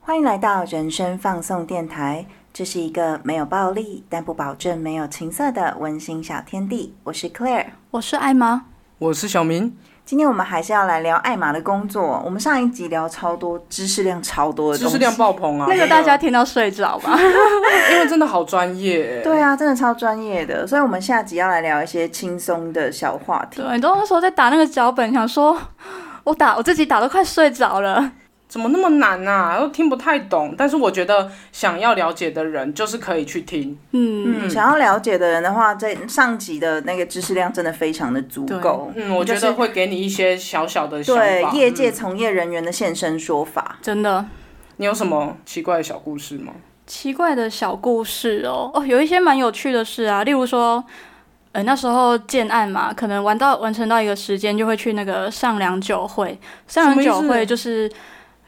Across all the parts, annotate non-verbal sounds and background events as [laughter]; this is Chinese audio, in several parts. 欢迎来到人生放送电台，这是一个没有暴力，但不保证没有情色的温馨小天地。我是 Claire，我是艾玛，我是小明。今天我们还是要来聊艾玛的工作。我们上一集聊超多，知识量超多的东西，知识量爆棚啊！那个大家听到睡着吧？ [laughs] 因为真的好专业。对啊，真的超专业的。所以我们下集要来聊一些轻松的小话题。对，你知道那时候在打那个脚本，想说我打我自己打都快睡着了。怎么那么难啊？都听不太懂。但是我觉得想要了解的人，就是可以去听。嗯，嗯，想要了解的人的话，在上集的那个知识量真的非常的足够。嗯，我觉哦就得是会给你一些小小的想法。对业界嗯从业人员的现身说法。真的你有什么奇怪的小故事吗？奇怪的小故事哦，哦，有一些蛮有趣的事啊，例如说。呃，那时候建案嘛，可能玩到完成到一个时间，就会去那个上梁酒会。上梁酒什么会意思就是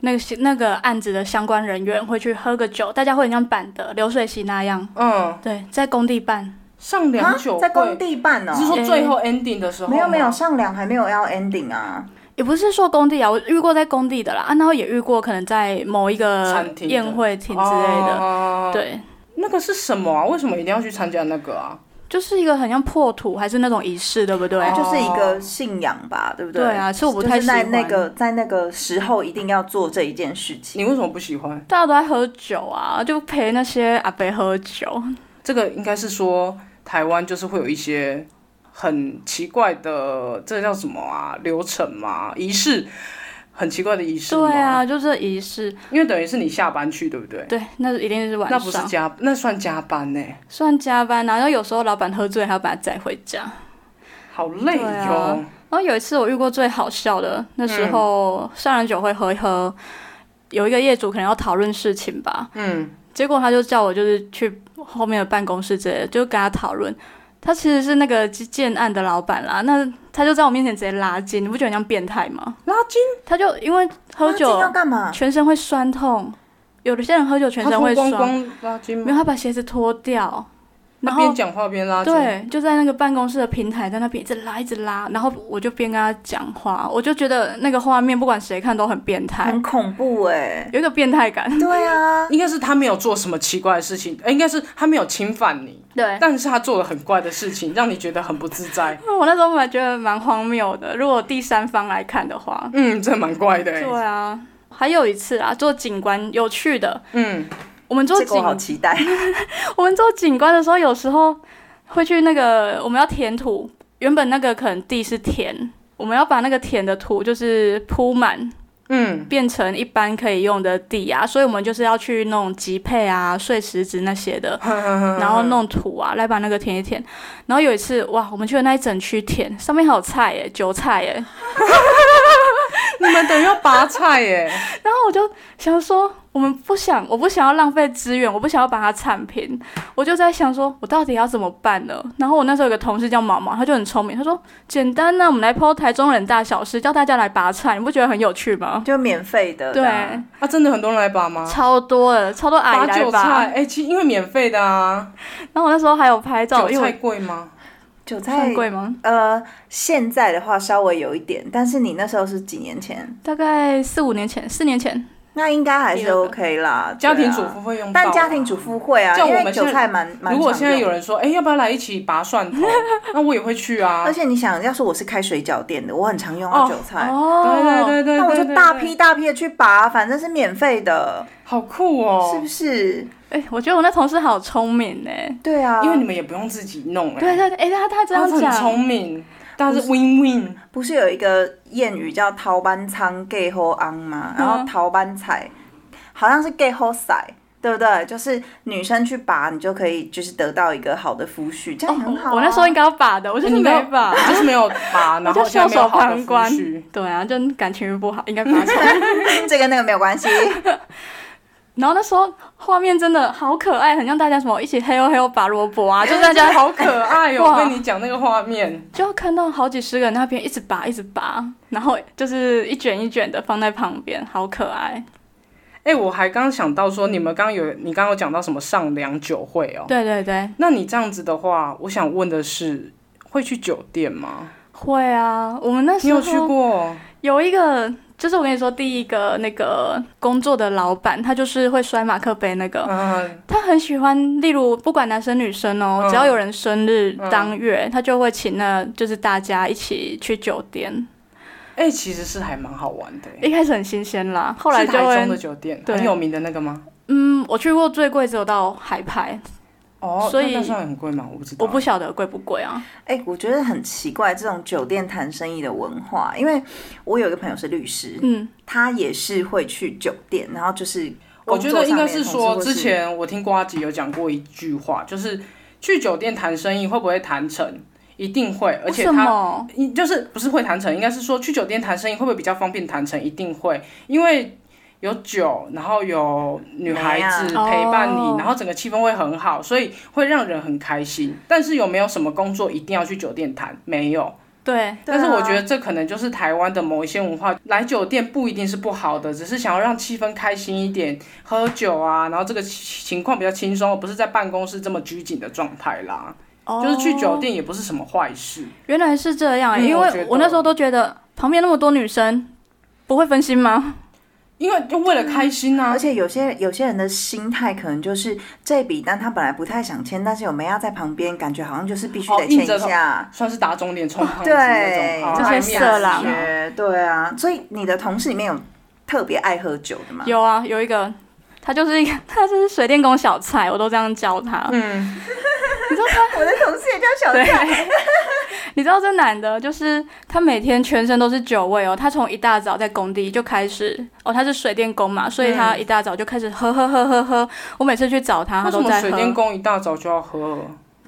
那个那个案子的相关人员会去喝个酒，大家会很像板的流水席那样，嗯，对，在工地办。上梁啊酒在工会，地办哦你。是说最后 ending 的时候吗？没有没有，上梁还没有要 ending 啊。也不是说工地啊，我遇过在工地的啦，啊，然后也遇过可能在某一个餐厅的宴会厅之类的，哦对，那个是什么啊？为什么一定要去参加那个啊？就是一个很像破土还是那种仪式，对不对？哦就是一个信仰吧，对不对？对啊是我不太就是在喜欢那个在那个时候一定要做这一件事情。你为什么不喜欢？大家都在喝酒啊，就陪那些阿伯喝酒，这个应该是说台湾就是会有一些很奇怪的，这叫什么啊？流程嘛，仪式，很奇怪的仪式。对，啊，就是仪式，因为等于是你下班去，对不对？对，那一定是晚那不是上，加，那算加班呢、算加班啊，然后有时候老板喝醉还要把他载回家。好累对哟、啊然后有一次我遇过最好笑的，那时嗯候上人酒会喝一喝，有一个业主可能要讨论事情吧，嗯，结果他就叫我就是去后面的办公室之类的，就跟他讨论。他其实是那个建建案的老板啦，那他就在我面前直接拉筋，你不觉得很像变态吗？拉筋，他就因为喝那这酒啊要干嘛？全身会酸痛，有的些人喝酒全他身脱会酸，光光拉筋没有吗？他把鞋子脱掉，然他后边讲话边拉筋，对，啊就在那个办公室的平台，在那边一直拉一直拉，然后我就边跟他讲话，我就觉得那个画面不管谁看都很变态很，恐怖 [laughs] 哎、有一个变态感。对啊，应该是他没有做什么奇怪的事情，呃应该是他没有侵犯你，对，但是他做了很怪的事情，让你觉得很不自在。我那时候还觉得蛮荒谬的，如果第三方来看的话，嗯，这蛮怪的、欸。对啊，还有一次啊，做景观有趣的，嗯，我们做这个景，我好期待。 [laughs] 我们做景观的时候，有时候会去那个我们要填土，原本那个可能地是田，我们要把那个田的土就是铺满，嗯，变成一般可以用的地啊，所以我们就是要去弄集配啊、碎石子那些的， [laughs] 然后弄土啊，来把那个填一填。然后有一次，哇，我们去了那一整区田，上面还有菜耶，韭菜耶，你们等于要拔菜耶、然后我就想说，我们不想，我不想要浪费资源，我不想要把它铲平，我就在想说，我到底要怎么办呢？然后我那时候有个同事叫毛毛，他就很聪明，他说简单呐、我们来剖台中人大小事，叫大家来拔菜，你不觉得很有趣吗？就免费的，对，这样啊，真的很多人来拔吗？超多的，超多阿拔姨来韭菜，拔。哎、其实因为免费的啊。然后我那时候还有拍照，韭因菜为啊贵吗？韭我很菜贵吗？呃，现在的话稍微有一点，但是你那时候是几年前，大概四五年前，四年前，那应该还第是二个 OK 啦。家对庭啊主妇，会用到、但家庭主。妇会啊，像因我为们韭现在菜蛮蛮。如果现在有。人说，哎、要不要来一起拔 [laughs] 蒜头？那我也会去啊。而且你想，要是我是开水饺店的，我很常用到哦韭菜，哦，对对对 [laughs] 对那我对就对大对批大批的去拔，反正是免费的，好酷哦、是不是？哎、我觉得我那同事好聪明呢。对啊，因为你们也不用自己弄、哎，啊对对对，哎、他他这他样很讲，聪明，但是 win win。不是有一个谚语叫“逃班仓 gay 吼昂”吗？然后嗯逃班彩好像是 gay 吼塞，对不对？就是女生去拔，你就可以就是得到一个好的夫婿，这样哦也很好、啊我那时候应该要把的，我就是欸你没有把，你就是没有 [laughs] 拔，然我后就现在袖没手有好的旁夫观婿。。对啊，就感情不好，应该把错。 [laughs] 这跟那个没有关系。 [laughs] 然后那时候画面真的好可爱，很像大家什么一起嘿呦嘿呦拔萝卜 [laughs] [laughs] 啊，就大真的家好可爱 [laughs] 哦、哇被你讲那个画面，就看到好几十个人那边一直拔一直拔，然后就是一卷一卷的放在旁边，好可爱。哎、我还刚想到说，你们刚有你刚刚有讲到什么上梁酒会哦、对对对，那你这样子的话，我想问的是，会去酒店吗？会啊，我们那你时候有去过？有一个，就是我跟你说，第一个那个工作的老板，他就是会摔马克杯那个，嗯，他很喜欢，例如不管男生女生哦，嗯只要有人生日当月，他就会请那就是大家一起去酒店。哎、其实是还蛮好玩的、欸。一开始很新鲜啦，后来就是台中的会，酒店对很有名的那个吗？嗯，我去过最贵只有到海牌，哦，所以那那算很贵吗？我不知道。我不晓得贵不贵啊。哎、我觉得很奇怪这种酒店谈生意的文化，因为我有一个朋友是律师，嗯，他也是会去酒店，然后就是我觉得应该是工作上面说，同事之或是前我听瓜吉有讲过一句话，就是去酒店谈生意会不会谈成？一定会，而且为什他么？一就是不是会谈成，应该是说去酒店谈生意会不会比较方便谈成？一定会，因为有酒，然后有女孩子没啊陪伴你，哦然后整个气氛会很好，所以会让人很开心。但是有没有什么工作一定要去酒店谈？没有。对，对啊但是我觉得这可能就是台湾的某一些文化，来酒店不一定是不好的，只是想要让气氛开心一点，喝酒啊，然后这个情情况比较轻松，而不是在办公室这么拘谨的状态啦。哦就是去酒店也不是什么坏事。哦原来是这样、欸嗯因我觉为得我那时候都觉得旁边那么多女生，不会分心吗？因为就为了开心啊而，且有些有些人的心态可能就是这笔单他本来不太想签，但是有梅亚在旁边，感觉好像就是必须哦得硬签着一头下。算是打肿脸充胖子那哦对种，，这些色狼好爱面子啊学对啊，所以你的同事里面有特别爱喝酒的吗？有啊，有一个，他就是一个， [laughs] 他就是水电工小菜，我都这样教他。嗯，我的同事也叫小对 [laughs] 蔡，，你知道这男的，就是他每天全身都是酒味哦。他从一大早在工地就开始，哦，他是水电工嘛，所以他一大早就开始喝喝喝喝喝。我每次去找他，他嗯为什都么在水电喝，工一大早就要喝？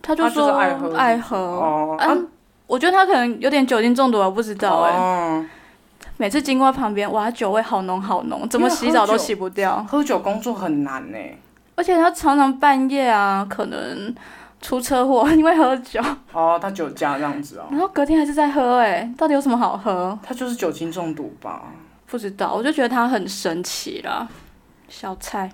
他他就就是说爱喝爱喝哦啊嗯，我觉得他可能有点酒精中毒吧，我不知道哎、哦，每次经过他旁边，哇，他酒味好浓好浓，怎么洗澡都洗不掉。喝酒工作很难欸呢、而且他常常半夜啊，可能出车祸， [laughs] 因为喝酒，哦，他酒驾这样子哦，然后隔天还是在喝、哎，到底有什么好喝？他就是酒精中毒吧？ [laughs] 不知道，我就觉得他很神奇啦，小菜。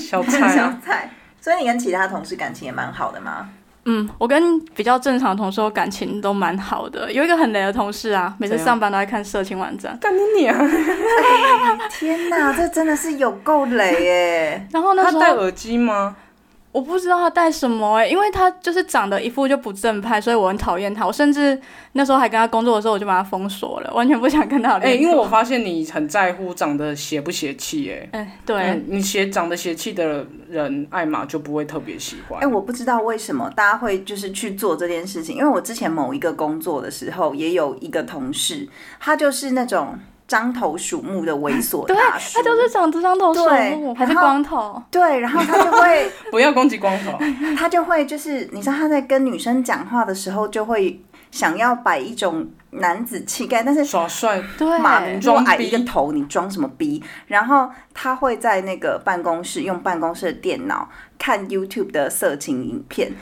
小菜小 [laughs] 啊，蔡。所以你跟其他同事感情也蛮好的嘛？嗯，我跟比较正常的同事我感情都蛮好的，有一个很雷的同事啊，每次怎样上班都在看色情网站。干你娘！天哪，这真的是有够累耶！然后那他时戴候耳机吗？我不知道他带什么哎、因为他就是长得一副就不正派，所以我很讨厌他。我甚至那时候还跟他工作的时候，我就把他封锁了，完全不想跟他哎、欸联络。因为我发现你很在乎长得邪不邪气、哎。哎、对，嗯你邪长得邪气的人，艾玛就不会特别喜欢。哎、我不知道为什么大家会就是去做这件事情，因为我之前某一个工作的时候，也有一个同事，他就是那种獐头鼠目的猥琐大叔，他就是长这张头鼠目，对还是然后光头，对，然后他就会不要攻击光头，啊他就会就是，你知道他在跟女生讲话的时候，就会想要摆一种男子气概，但是耍帅对，马明就装矮逼一个头，你装什么逼？然后他会在那个办公室用办公室的电脑看 YouTube 的色情影片，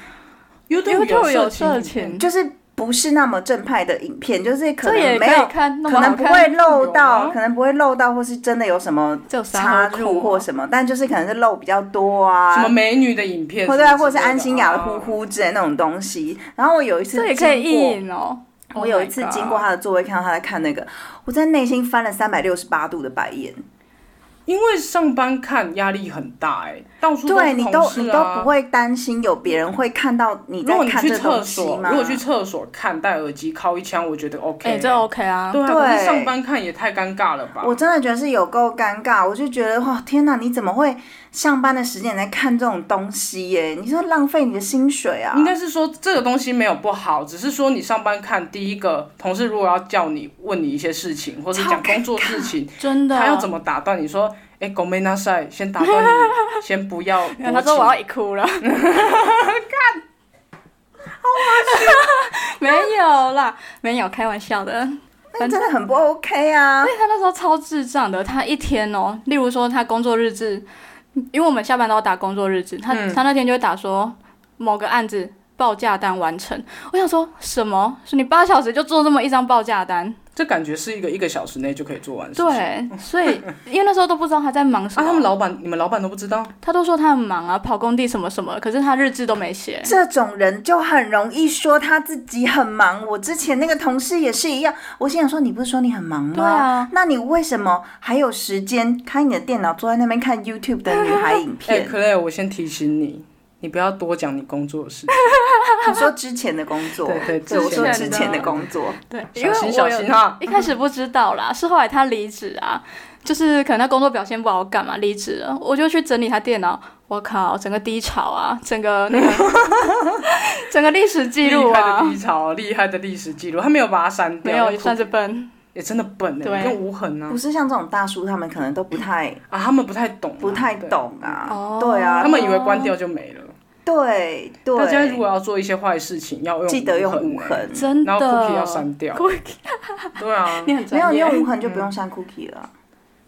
YouTube 就有色色情影片，情，就是不是那么正派的影片，就是可这也能可没以有。看，那可么能好不看会漏到，有啊可能不会漏到，或是真的有什么这有啥插入或什么，但就是可能是漏比较多啊，啊什么美女的影片，或对者啊，或是安心雅的呼呼之类那种东西。然后我有一次这也可以经过意 Oh 淫哦。我有一次经过 Oh my 他的座位，看到他在看那个，我在内心翻了三百六十八度的白眼。因为上班看压力很大哎、到处对是你同都事你都啊不。会担心有别人会看到你如在果你看去这厕东西所，吗？如果去厕所看戴耳机敲一枪，我觉得 OK、 god，哎，这 OK 啊，对啊，对可是上班看也太尴尬了吧？我真的觉得是有够尴尬，我就觉得哇天哪，你怎么会上班的时间在看这种东西耶？你说浪费你的薪水啊？应该是说这个东西没有不好，只是说你上班看，第一个同事如果要叫你问你一些事情，或是讲工作事情，真的。哦他要怎么打断你说？哎、狗妹那塞，先 [laughs] 打断你，先不要没勃有？起。他说我要一哭 [laughs] 了，看，好没有啦，没有开玩笑的。那真的很不 OK 啊！他那时候超智障的，他一天哦，例如说他工作日志，因为我们下班都要打工作日志，他、嗯他那天就会打说某个案子报价单完成。我想说什么？是你八小时就做这么一张报价单？这感觉是一个一个小时内就可以做完的事情。啊，对，所以因为那时候都不知道他在忙什么，他们老板，你们老板都不知道，他都说他很忙啊，跑工地什么什么，可是他日志都没写。这种人就很容易说他自己很忙。我之前那个同事也是一样，我心想说，你不是说你很忙吗？对啊，那你为什么还有时间开你的电脑，坐在那边看 YouTube 的女孩影哎、片？[laughs] 克莱，我先提醒你，你不要多讲你工作的事情。你说之前的工作，对对我说之之前的前的工作，对，因小为心我小有心啊！一开始不知道啦，是后来他离职啊，就是可能他工作表现不好干嘛离职了，我就去整理他电脑，我靠，整个低潮啊，整个那 [laughs] 个整个历史记录厉害的啊低，潮，厉害的历史记录， [laughs] 他没有把它删掉，没有也算是笨，也真的笨哎、对欸，跟无痕啊不是像这种大叔，他们可能都不太啊，他们不太懂啊、不太对，懂啊。哦对啊，他们以为关掉就没了。对对，大家如果要做一些坏事情，要用记得用无无痕欸，痕，真的。然后 cookie 要删掉， Cookie， [laughs] [laughs] 对啊，你很没有专你业。用无痕就不用删 cookie 了，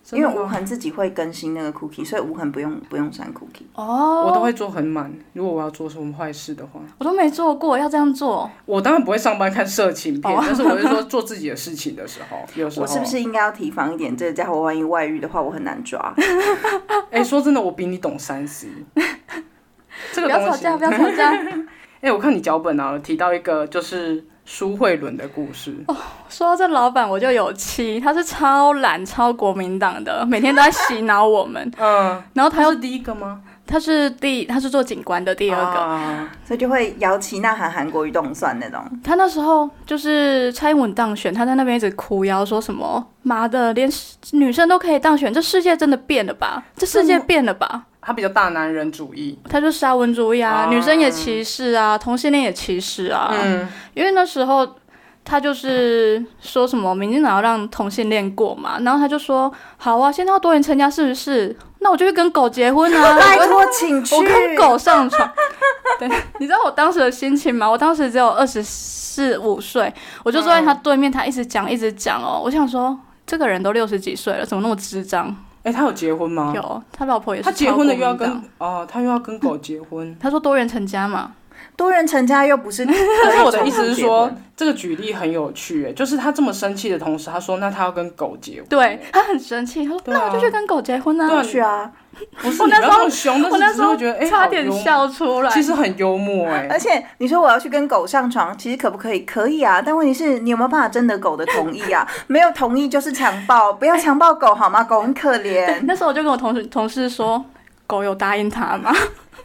真因的啊为吗无痕自己会更新那个 cookie，所以无痕不用不用删 cookie。哦，我都会做很满。如果我要做什么坏事的话，我都没做过，要这样做。我当然不会上班看色情片，哦但是我是说做自己的事情的时候，有时候 [laughs] 我是不？是应该要提防一点？这个家伙万一外遇的话，我很难 [laughs] 抓。哎、说真的，我比你懂三 [laughs] C。这不个要东吵西，架，不要吵架。哎、我看你脚本啊，有提到一个就是苏慧伦的故事，哦说到这老板，我就有气，他是超懒、超国民党的，每天都在洗脑我们。 [laughs] 嗯，然后他他又是第一个吗？他是第他是做警官的第二个，啊、所以就会摇旗呐喊、韩国语动算那种。他那时候就是蔡英文当选，他在那边一直哭腰说什么妈的，连女生都可以当选，这世界真的变了吧？这世界变了吧？他比较大男人主义，他就沙文主义啊，啊女生也歧视啊，同性恋也歧视啊。嗯，因为那时候他就是说什么民进党要让同性恋过嘛，然后他就说好啊，现在要多元成家是不是？那我就去跟狗结婚 [laughs] 啊，拜托，请去。我跟狗上床。 [laughs] 对，你知道我当时的心情吗？我当时只有二十四五岁，我就坐在他对面，他一直讲一直讲哦，我想说。这个人都六十几岁了，怎么那么智障？哎、他有结婚吗？有他老婆也是他结超婚了国又要民党跟哦，他又要跟狗 [laughs] 结婚。他说多元成家嘛，多人成家又不是，但但是我的意思是说，，这个举例很有趣，哎，就是他这么生气的同时，他说那他要跟狗结婚。对，他很生气，他说、对啊那我就去跟狗结婚啊对啊，去 [laughs] 啊！不是我你那不时要候那么凶，但我是那只时是候会觉得哎、差好点幽默，笑出来。其实很幽默哎、而且你说我要去跟狗上床，其实可不可以？可以啊，但问题是你有没有办法征得狗的同意啊？没有同意就是强暴，不要强暴狗好吗？狗很可怜。那时候我就跟我同事同事说，狗有答应他 [laughs] 吗？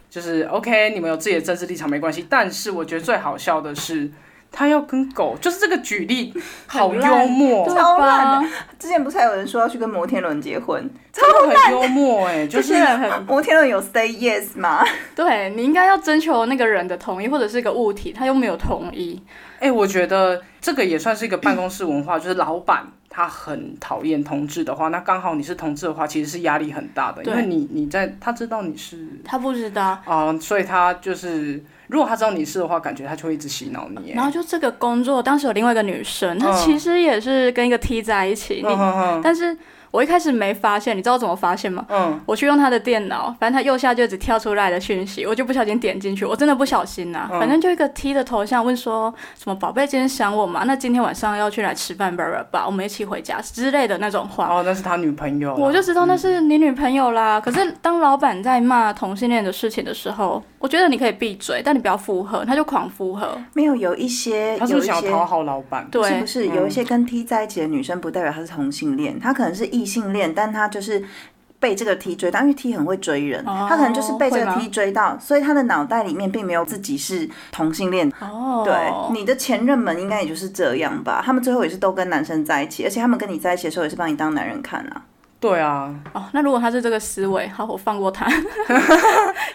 就是 OK，你们有自己的政治立场没关系，但是我觉得最好笑的是，他要跟狗，就是这个举例好幽默，对真超吧烂？之前不是还有人说要去跟摩天轮结婚？的很幽默 [laughs] 哎、就这是些人很摩天轮有 say yes 吗？对你应该要征求那个人的同意，或者是一个物体，他又没有同意。哎、我觉得这个也算是一个办公室文化，就是老板他很讨厌同志的话，那刚好你是同志的话，其实是压力很大的，因对为你你在他知道你是他不知道，啊、所以他就是如果他知道你是的话，感觉他就会一直洗脑你、然哎后就这个工作，当时有另外一个女生，她其实也是跟一个 T 在一起，嗯你，哼哼，但是我一开始没发现，你知道我怎么发现吗？嗯，我去用她的电脑，反正她右下就只跳出来的讯息，我就不小心点进去，我真的不小心呐、嗯反正就一个 T 的头像问说什么宝贝今天想我吗？那今天晚上要去哪吃饭吧吧吧，我们一起回家之类的那种话。哦，那嗯是他女朋友啦，我就知道那是你女朋友啦。可是当老板在骂同性恋的事情的时候，我觉得你可以闭嘴，但你不要附和，他就狂附和。没有，有一些，嗯他是有一不是想要些讨好老板？是对不，是有一嗯些跟 T 在一起的女生，不代表她是同性恋，她可能是异性恋，但她就是被这个 T 追到，因为 T 很会追人，哦她可能就是被这会个吗 T 追到，所以她的脑袋里面并没有自己是同性恋。哦，对，你的前任们应该也就是这样吧，他们最后也是都跟男生在一起，而且他们跟你在一起的时候也是把你当男人看啊。对啊，哦，那如果他是这个思维，好，我放过 [laughs] 他，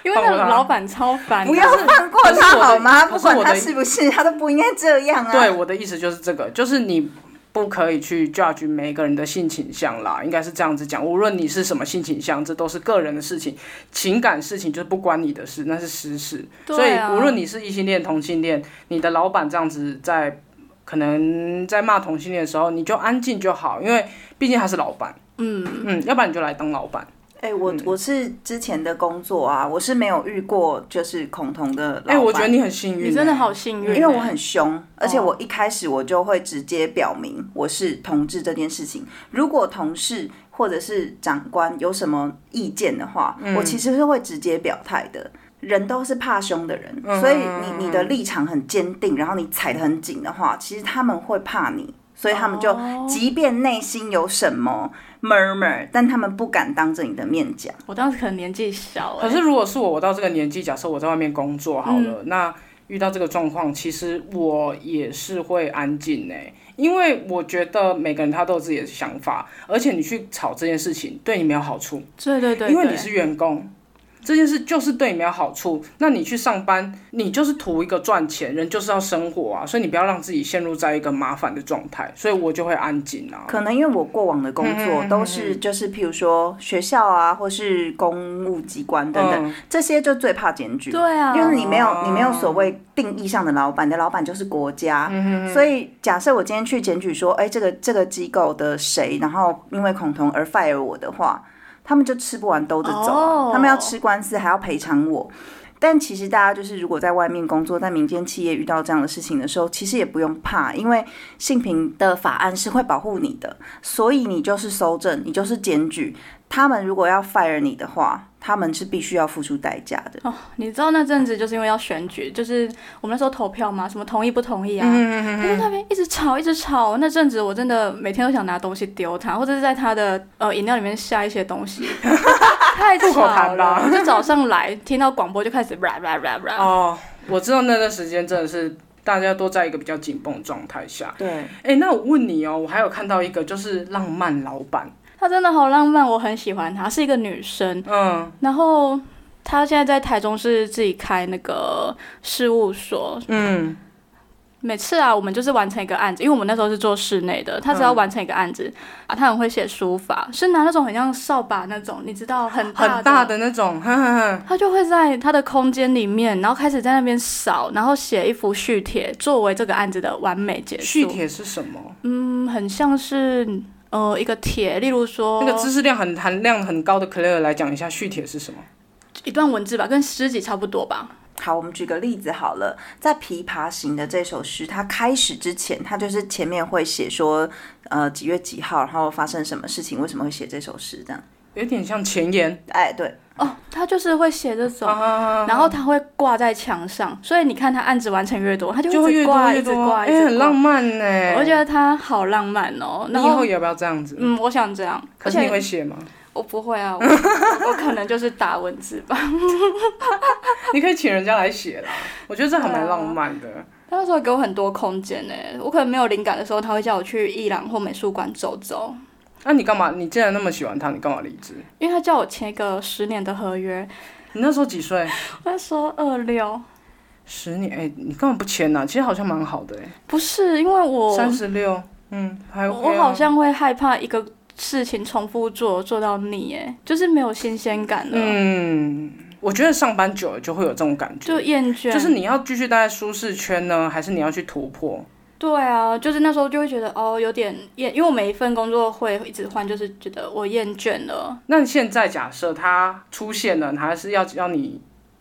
因为放那过个他老板超烦不，要放过可哎是他我的好吗？可不是我管的他是不是，他都不应该这样啊。对，我的意思就是这个，就是你不可以去 judge 每个人的性倾向啦，应该是这样子讲。无论你是什么性倾向，这都是个人的事情，情感事情就是不关你的事，那是私事。所以对啊无论你是异性恋、同性恋，你的老板这样子在可能在骂同性恋的时候，你就安静就好，因为毕竟他是老板。嗯嗯，要不然你就来当老板。哎、我嗯我是之前的工作啊，我是没有遇过就是恐同的老哎、板。我觉得你嗯哦很幸运、你真的好幸运欸、因为我很凶，而且我一开始我就会直接表明我是同志这件事情。如果同事或者是长官有什么意见的话，嗯我其实是会直接表态的。人都是怕凶的人，嗯所以你你的立场很坚定，然后你踩得很紧的话，其实他们会怕你，所以他们就哦即便内心有什么 murmur，但他们不敢当着你的面讲。我当时可能年纪小、欸，可是如果是我，我到这个年纪，假设我在外面工作好了，嗯那遇到这个状况，其实我也是会安静呢、欸因为我觉得每个人他都有自己的想法，而且你去吵这件事情对你没有好处，对对对，因为对你是员工。这件事就是对你没有好处，那你去上班，你就是图一个赚钱，人就是要生活啊，所以你不要让自己陷入在一个麻烦的状态，所以我就会安静啊。可能因为我过往的工作都是就是譬如说学校啊，或是公务机关等等，这些就最怕检举。对啊，因为你没有你没有所谓定义上的老板，你的老板就是国家，所以假设我今天去检举说，哎、这个这个机构的谁，然后因为恐同而 fire 我的话，他们就吃不完兜着走啊哦他们要吃官司还要赔偿我。但其实大家就是，如果在外面工作，在民间企业遇到这样的事情的时候，其实也不用怕，因为性平的法案是会保护你的，所以你就是搜证，你就是检举。他们如果要 fire 你的话，他们是必须要付出代价的。哦，你知道那阵子就是因为要选举，就是我们那时候投票嘛，什么同意不同嗯意啊，他就在那边一直吵一直吵。那阵子我真的每天都想拿东西丢他，或者是在他的呃饮料里面下一些东 [laughs] 西，太不吵可谈吧了。我就早上来听到广播就开始 blah blah blah blah，、哦，我知道那段时间真的是大家都在一个比较紧绷的状态下，对，哎、那我问你哦，我还有看到一个就是浪漫老板，她真的好浪漫，我很喜欢她，是一个女生。嗯，然后她现在在台中是自己开那个事务所，嗯，每次啊，我们就是完成一个案子，因为我们那时候是做室内的，他只要完成一个案子、啊，他很会写书法，是拿那种很像扫把那种，你知道很大很大，的那种，哼哼哼，他就会在他的空间里面，然后开始在那边扫，然后写一幅续帖，作为这个案子的完美结束。续，帖是什么？嗯，很像是呃一个帖，例如说那个知识量很含量很高的 Claire 来讲一下续帖是什么？一段文字吧，跟诗集差不多吧。好，我们举个例子好了，在《琵琶行》的这首诗，它开始之前，它就是前面会写说，呃，几月几号，然后发生什么事情，为什么会写这首诗这样。有点像前言，哎，对，哦，他就是会写这啊种，然后他会挂在墙上，所以你看他案子完成越多，他就就会会一直越挂，多一越直多，挂，哎、一直很挂浪漫呢、我觉得他好浪漫哦。你然以后后，要不要这样子？嗯，我想这样，可而是你且会写吗？我不会啊，我 [laughs] 我可能就是打文字吧。你可以请人家来写啦，我觉得这还对蛮啊浪漫的。他那时候给我很多空间呢，我可能没有灵感的时候，他会叫我去伊朗或美术馆走走，那、你干嘛？你既然那么喜欢他，你干嘛离职？因为他叫我签一个十年的合约。你那时候几岁？我那时候二六，十年？哎、你干嘛不签呢、啊？其实好像蛮好的、哎，不是因为我三十六，嗯，还 OK 啊、哦我好像会害怕一个事情重复做做到腻，哎，就是没有新鲜感了，嗯，我觉得上班久了就会有这种感觉，就厌倦。就是你要继续待在舒适圈呢，还是你要去突破？对啊，就是那时候就会觉得哦，有点厌，因为我每一份工作会一直换，就是觉得我厌倦了。那你现在假设他出现了，他还是要要你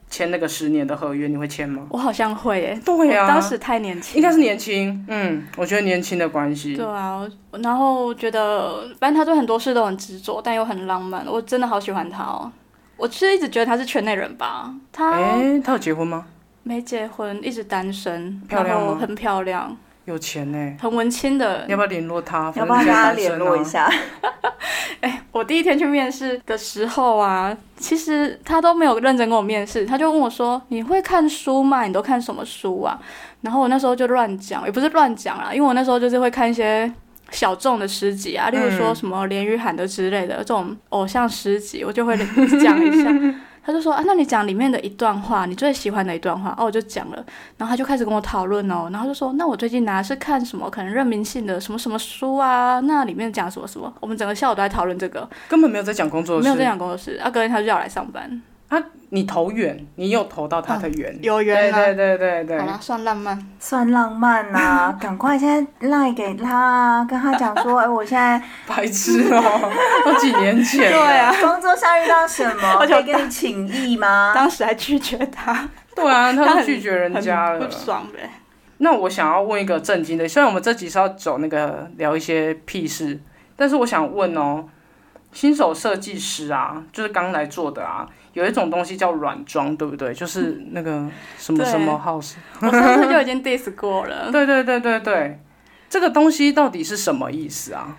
签那个十年的合约，你会签吗？我好像会耶，对啊我当时太年轻，应该是。年轻，嗯，我觉得年轻的关系对，啊，我然后觉得反正他对很多事都很执着，但又很浪漫，我真的好喜欢他哦。我其实一直觉得他是圈内人吧，他哎、他有结婚吗？没结婚，一直单身，漂亮然后吗很漂亮，有钱呢、很文青的你要不要联络他？要反不要正跟现在他单身哦联啊络一？下？ [laughs] [laughs] 我第一天去面试的时候啊，其实他都没有认真跟我面试，他就问我说：“你会看书吗？你都看什么书啊？”然后我那时候就乱讲，也不是乱讲啦，因为我那时候就是会看一些小众的诗集啊，例如说什么连俞涵的之类的这种偶像诗集，我就会讲一下。他就说啊，那你讲里面的一段话，你最喜欢的一段话，哦，我就讲了，然后他就开始跟我讨论哦，然后他就说，那我最近拿的是看什么，可能任明信的什么什么书啊，那里面讲什么什么，我们整个下午都在讨论这个，根本没有在讲工作没的事有在讲工作室，啊，隔天他就要来上班。啊，你投缘，你有投到他的缘。有对缘对啊。对对对好，啦，算浪漫。算浪漫呐、赶快现在赖给他啊，跟他讲说，哎、我现在白痴哦、都几年前 [laughs] 了。对啊工作上遇到什么， [laughs] 而且可我以跟你请益吗？当时还拒绝他，对啊，他他都很拒绝人家很了不。爽欸呗。那我想要问一个正经的，虽然我们这集是要走那个聊一些屁事，但是我想问哦，新手设计师啊，就是刚来做的啊，有一种东西叫软装，对不对？就是那个什么对嗯什么 house，我上次就已经 diss 过了。对对对对对，这个东西到底是什么意思啊？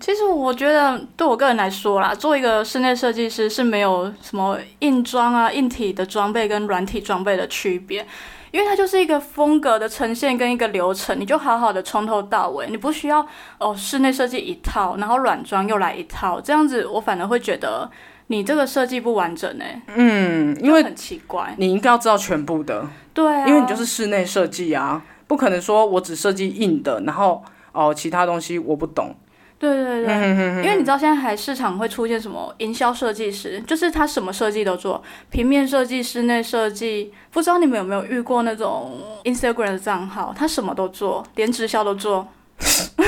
其实我觉得，对我个人来说啦，做一个室内设计师是没有什么硬装啊、硬体的装备跟软体装备的区别，因为它就是一个风格的呈现跟一个流程，你就好好的从头到尾，你不需要哦室内设计一套，然后软装又来一套，这样子我反而会觉得你这个设计不完整呢、欸嗯，因就为很奇怪，你应该要知道全部的，对啊，因为你就是室内设计啊，不可能说我只设计硬的，然后哦其他东西我不懂。对对对，嗯因为你知道现在还市场会出现什么营销设计师，就是他什么设计都做，平面设计、室内设计。不知道你们有没有遇过那种 Instagram 的账号，他什么都做，连直销都 [laughs] 做。我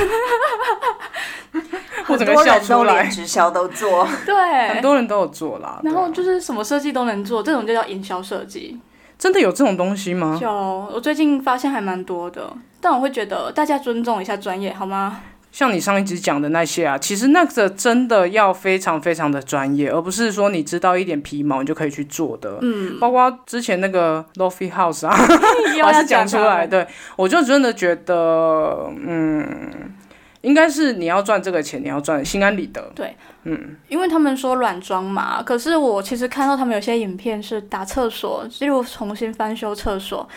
很整多个人笑都出连来，直销都做，对很，多人都有做啦。然对后啊就是什么设计都能做，这种就叫营销设计。真的有这种东西吗？就我最近发现还蛮多的，但我会觉得大家尊重一下专业好吗？ [laughs] [laughs] 像你上一集讲的那些啊，其实那个真的要非常非常的专业，而不是说你知道一点皮毛你就可以去做的。嗯，包括之前那个 Lofi House 啊，又我还要是讲出来。他对，我就真的觉得，嗯，应该是你要赚这个钱，你要赚心安理得。因为他们说软装嘛，可是我其实看到他们有些影片是打厕所，例如重新翻修厕所，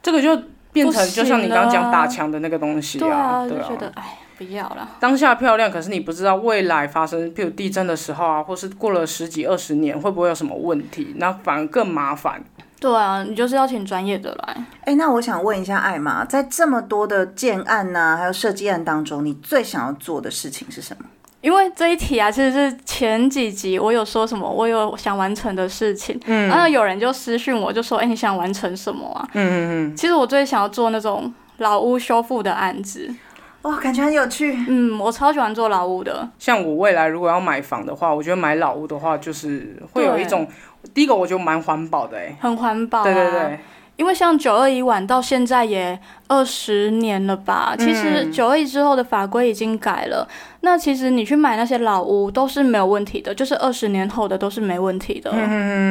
这个就变成不行就像你刚刚讲啊打墙的那个东西对啊，就对觉得哎，不要了。当下漂亮，可是你不知道未来发生，譬如地震的时候啊，或是过了十几二十年，会不会有什么问题？那反而更麻烦。对啊，你就是要请专业的来。哎、那我想问一下艾玛，在这么多的建案呐、还有设计案当中，你最想要做的事情是什么？因为这一题啊，其实是前几集我有说什么，我有想完成的事情，嗯，然后有人就私讯我，就说，哎、你想完成什么啊？嗯嗯嗯。其实我最想要做那种老屋修复的案子，哇，感觉很有趣。嗯，我超喜欢做老屋的，像我未来如果要买房的话，我觉得买老屋的话，就是会有对一种，第一个我觉得蛮环保的、欸，很环保、啊，对对对，因为像九二一晚到现在也二十年了吧，其实九二一之后的法规已经改了。那其实你去买那些老屋都是没有问题的，就是二十年后的都是没问题的。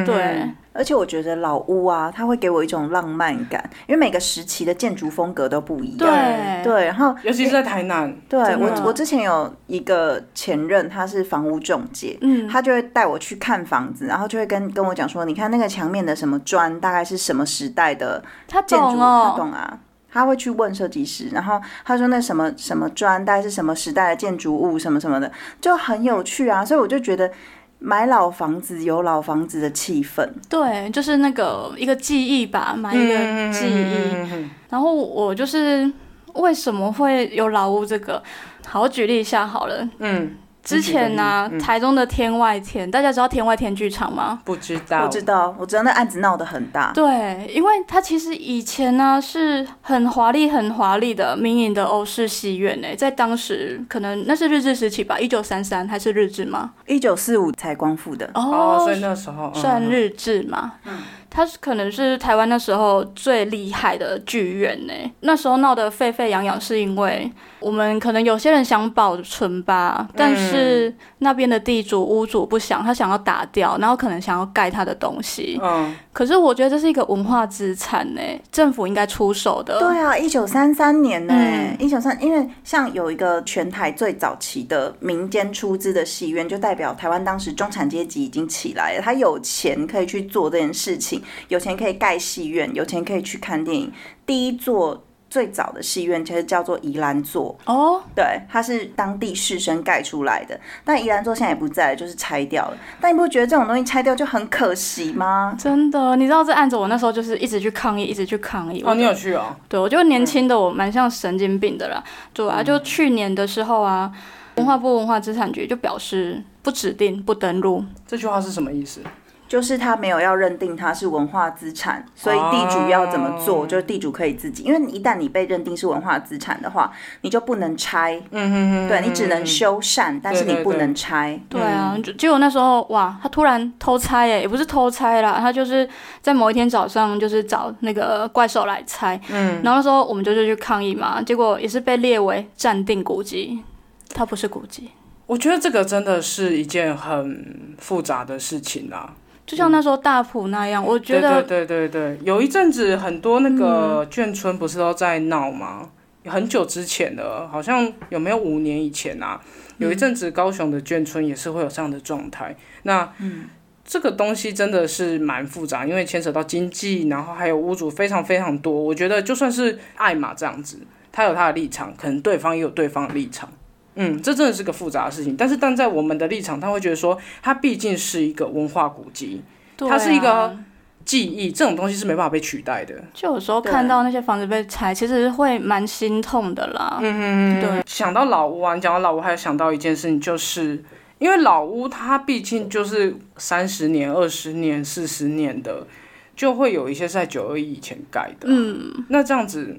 对，而且我觉得老屋啊，它会给我一种浪漫感，因为每个时期的建筑风格都不一样。对对，然后尤其是在台南，对真的我我之前有一个前任，他是房屋中介，嗯，他就会带我去看房子，然后就会跟跟我讲说，你看那个墙面的什么砖，大概是什么时代的他建筑，懂他哦，懂啊。他会去问设计师，然后他说那什么什么砖，大概是什么时代的建筑物，什么什么的，就很有趣啊。所以我就觉得买老房子有老房子的气氛，对，就是那个一个记忆吧，买一个记忆。然后我就是为什么会有老屋这个？好，我举例一下好了。嗯，之前呢、啊台中的天外天，大家知道天外天剧场吗？不知我道，知道，我知道那案子闹得很大，对，因为它其实以前呢、是很华丽、很华丽的民营的欧式戏院诶，在当时可能那是日治时期吧，一九三三还是日治吗？一九四五才光复的，哦，所以那时候，嗯嗯算日治嘛，它是可能是台湾那时候最厉害的剧院呢、那时候闹得沸沸扬扬，是因为我们可能有些人想保存吧，但嗯是那边的地主屋主不想，他想要打掉，然后可能想要盖他的东西。嗯，可是我觉得这是一个文化资产呢、政府应该出手的。对啊，一九三三年呢、嗯一九三，因为像有一个全台最早期的民间出资的戏院，就代表台湾当时中产阶级已经起来了，他有钱可以去做这件事情，有钱可以盖戏院，有钱可以去看电影。第一座最早的戏院其实叫做宜兰座，哦，对，它是当地士绅盖出来的，但宜兰座现在也不在了，就是拆掉了。但你不觉得这种东西拆掉就很可惜吗？真的，你知道这案子，我那时候就是一直去抗议，一直去抗议。哦，你有去哦，对，我觉得年轻的我蛮像神经病的啦。对啊，就去年的时候啊，文化部文化资产局就表示不指定不登录，这句话是什么意思？就是他没有要认定它是文化资产，所以地主要怎么做，哦就是地主可以自己，因为你一旦你被认定是文化资产的话，你就不能拆，嗯哼哼，对你只能嗯。修缮，但是你不能拆。嗯对啊，就结果那时候哇，他突然偷拆耶，也不是偷拆啦，他就是在某一天早上就是找那个怪兽来拆，嗯，然后那时候我们就是去抗议嘛，结果也是被列为暂定古迹，它不是古迹，我觉得这个真的是一件很复杂的事情啦、就像那时候大埔那样，我觉得嗯对对对对对，有一阵子很多那个眷村不是都在闹吗？很久之前的，好像有没有五年以前啊？嗯有一阵子高雄的眷村也是会有这样的状态。那嗯。这个东西真的是蛮复杂，因为牵扯到经济，然后还有屋主非常非常多。我觉得就算是艾玛这样子，他有他的立场，可能对方也有对方的立场。嗯，这真的是个复杂的事情。但是站在我们的立场，他会觉得说，它毕竟是一个文化古迹，对它是一啊个记忆这种东西是没办法被取代的。就有时候对看到那些房子被拆，其实会蛮心痛的啦。嗯嗯对，想到老屋啊，你讲到老屋，还有想到一件事情，就是因为老屋它毕竟就是三十年、二十年、四十年的，就会有一些是在九二一以前盖的。嗯，那这样子，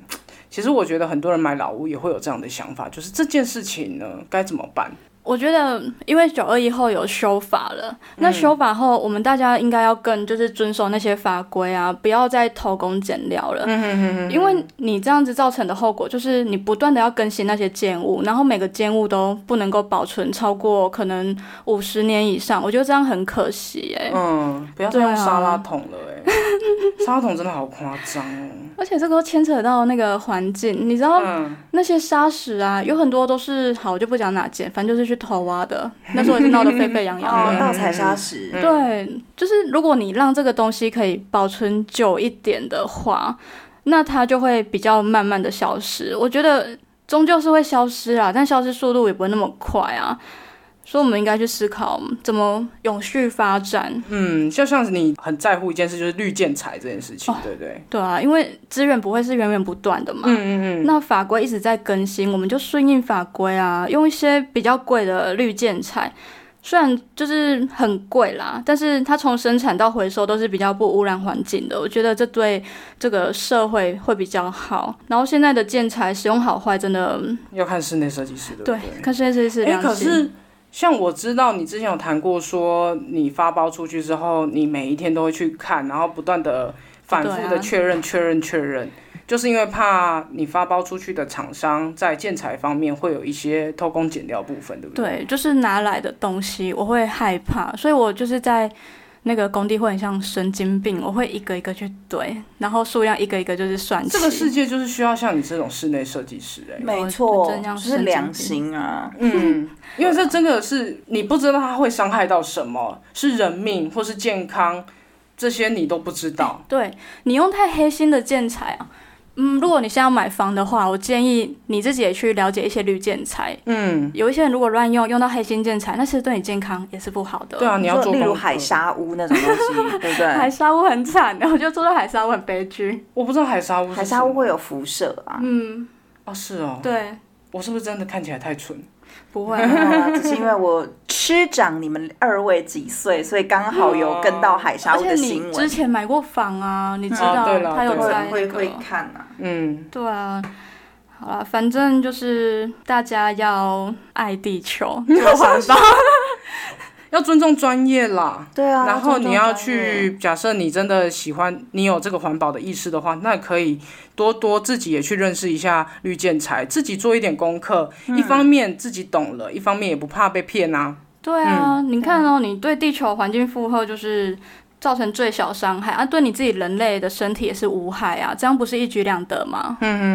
其实我觉得很多人买老屋也会有这样的想法，就是这件事情呢该怎么办？我觉得因为九二一后有修法了，那修法后我们大家应该要更就是遵守那些法规啊，不要再偷工减料了。嗯因为你这样子造成的后果就是你不断的要更新那些建物，然后每个建物都不能够保存超过可能五十年以上，我觉得这样很可惜哎、嗯，不要再用对啊啊沙拉桶了、欸， [laughs] 沙拉桶真的好夸张哦。而且这个牵扯到那个环境，你知道嗯，那些沙石啊，有很多都是好，我就不讲哪间，反正就是去偷挖的。那时候也是闹得沸沸扬扬 [laughs] 哦，的。盗采砂石，对，就是如果你让这个东西可以保存久一点的话，那它就会比较慢慢的消失。我觉得终究是会消失啊，但消失速度也不会那么快啊。所以我们应该去思考怎么永续发展，嗯，就像是你很在乎一件事，就是绿建材这件事情，对不对？对啊，因为资源不会是源源不断的嘛。嗯嗯嗯。那法规一直在更新，我们就顺应法规啊，用一些比较贵的绿建材，虽然就是很贵啦，但是它从生产到回收都是比较不污染环境的，我觉得这对这个社会会比较好。然后现在的建材使用好坏真的嗯要看室内设计师，对不对，看现在这是哎、良可心。是像我知道你之前有谈过说你发包出去之后，你每一天都会去看，然后不断的反复对的啊确认、确认、确认，就是因为怕你发包出去的厂商在建材方面会有一些偷工减料部分，对不对？对，就是拿来的东西，我会害怕，所以我就是在那个工地会很像神经病，我会一个一个去对，然后数量一个一个就是算这个起世界就是需要像你这种室内设计师、哎。没错真，就让是神经良病心啊。嗯，因为这真的是你不知道它会伤害到什么，是人命或是健康，这些你都不知道。对你用太黑心的建材啊，嗯，如果你现在要买房的话，我建议你自己也去了解一些绿建材。嗯，有一些人如果乱用，用到黑心建材，那其实对你健康也是不好的。对啊，你要说做例如功课海沙屋那种东 [laughs] 西，对不海对？沙屋很惨 [laughs] 的，我觉得做到海沙屋很悲剧。我不知道海沙屋是海沙什屋么会有辐射啊，嗯，哦，是哦， [laughs] 对，我是不是真的看起来太蠢？不会。啊没有啦嗯只是因为我师长你们二位几岁，所以刚好有跟到海沙而屋且的你新之闻，前买过房啊，你知哦道对啦他有对啦在会那会个会。看啊。嗯，对啊，好了，反正就是大家要爱 [laughs] 地球，多环保。要尊重专业啦。对啊，然后这种你要专业去，假设你真的喜欢，你有这个环保的意识的话，那可以多多自己也去认识一下绿建材，自己做一点功课。嗯一方面自己懂了，一方面也不怕被骗啊。对啊，嗯你看哦，你对地球环境负荷就是造成最小伤害啊，对你自己人类的身体也是无害啊，这样不是一举两得吗？嗯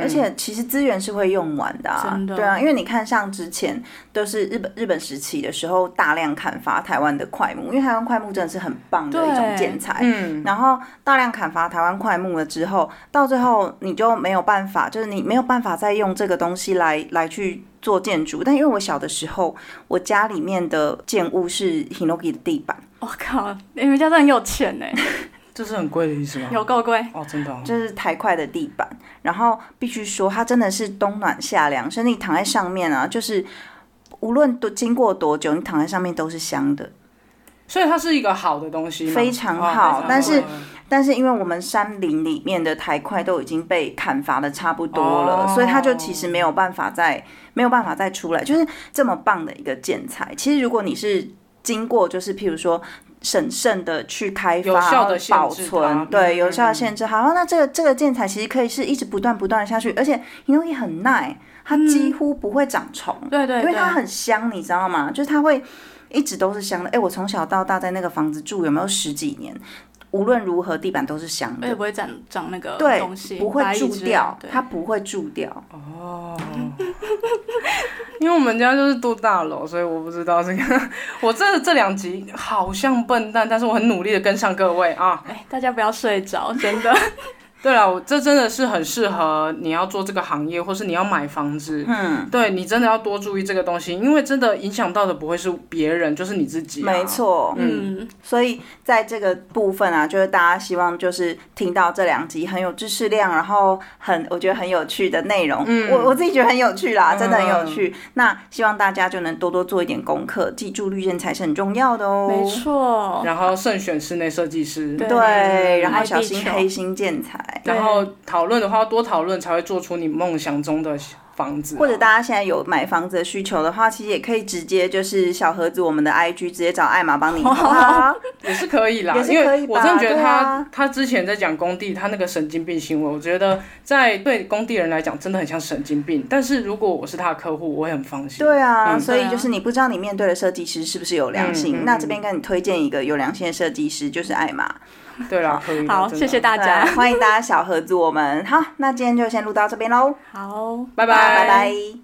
而且其实资源是会用完的啊，真的对啊，因为你看像之前都是日本日本时期的时候，大量砍伐台湾的快木，因为台湾快木真的是很棒的对一种建材。嗯，然后大量砍伐台湾快木了之后，到最后你就没有办法，就是你没有办法再用这个东西来来去做建筑。但因为我小的时候，我家里面的建物是 hinoki 的地板，我、靠，你们家真的很有 [laughs] 钱呢，这是很贵的意思吗？有够贵。哦，真的、哦。就是台块的地板，然后必须说它真的是冬暖夏凉，甚至你躺在上面啊，就是无论多经过多久，你躺在上面都是香的。所以它是一个好的东西吗，非常哦好但是但是因为我们山林里面的台块都已经被砍伐的差不多了，哦所以它就其实没有办法再没有办法再出来，就是这么棒的一个建材。其实如果你是经过，就是譬如说。审慎的去开发、有效地限保制它存，嗯对，有效的限制。好，那这个这个建材其实可以是一直不断不断的下去，而且你东西很耐，它几乎不会长虫。对对，因为它对很香，你知道吗？就是它会一直都是香的。哎、我从小到大在那个房子住，有没有十几年？无论如何，地板都是香而且的哎不，会长长那个对东西，不会白蚁蛀之类的掉，对它不会蛀掉。因为我们家就是住大楼，所以我不知道这个。 [laughs] 我这这两集好像笨蛋，但是我很努力的跟上各位啊。哎，大家不要睡着，[laughs] 真的。对了，我这真的是很适合你要做这个行业，或是你要买房子。嗯，对你真的要多注意这个东西，因为真的影响到的不会是别人，就是你自己、啊。没。错，嗯，所以在这个部分啊，就是大家希望就是听到这两集很有知识量，然后很我觉得很有趣的内容，嗯、我我自己觉得很有趣嗯啦，真的很有趣。那希望大家就能多多做一点功课，记住绿建材是很重要的哦。嗯没错，然后慎选室内设计师。对对，然后爱小地心球黑心建材。然后讨论的话，多讨论才会做出你梦想中的房子啊、或者大家现在有买房子的需求的话，其实也可以直接就是小盒子我们的 IG 直接找艾玛帮你，好不 [laughs] 好？也是可以啦，也是因可以为我吧真的觉得对他、啊他之前在讲工地，他那个神经病行为，我觉得在对工地人来讲真的很像神经病。但是如果我是他的客户，我会很放心。对啊，嗯所以就是你不知道你面对的设计师是不是有良心，嗯嗯那这边跟你推荐一个有良心的设计师，就是艾玛。对啦，可以嗯啦。好，真谢的谢大家对，啊欢迎大家小盒子我们。好，那今天就先录到这边喽，好。拜啊拜拜。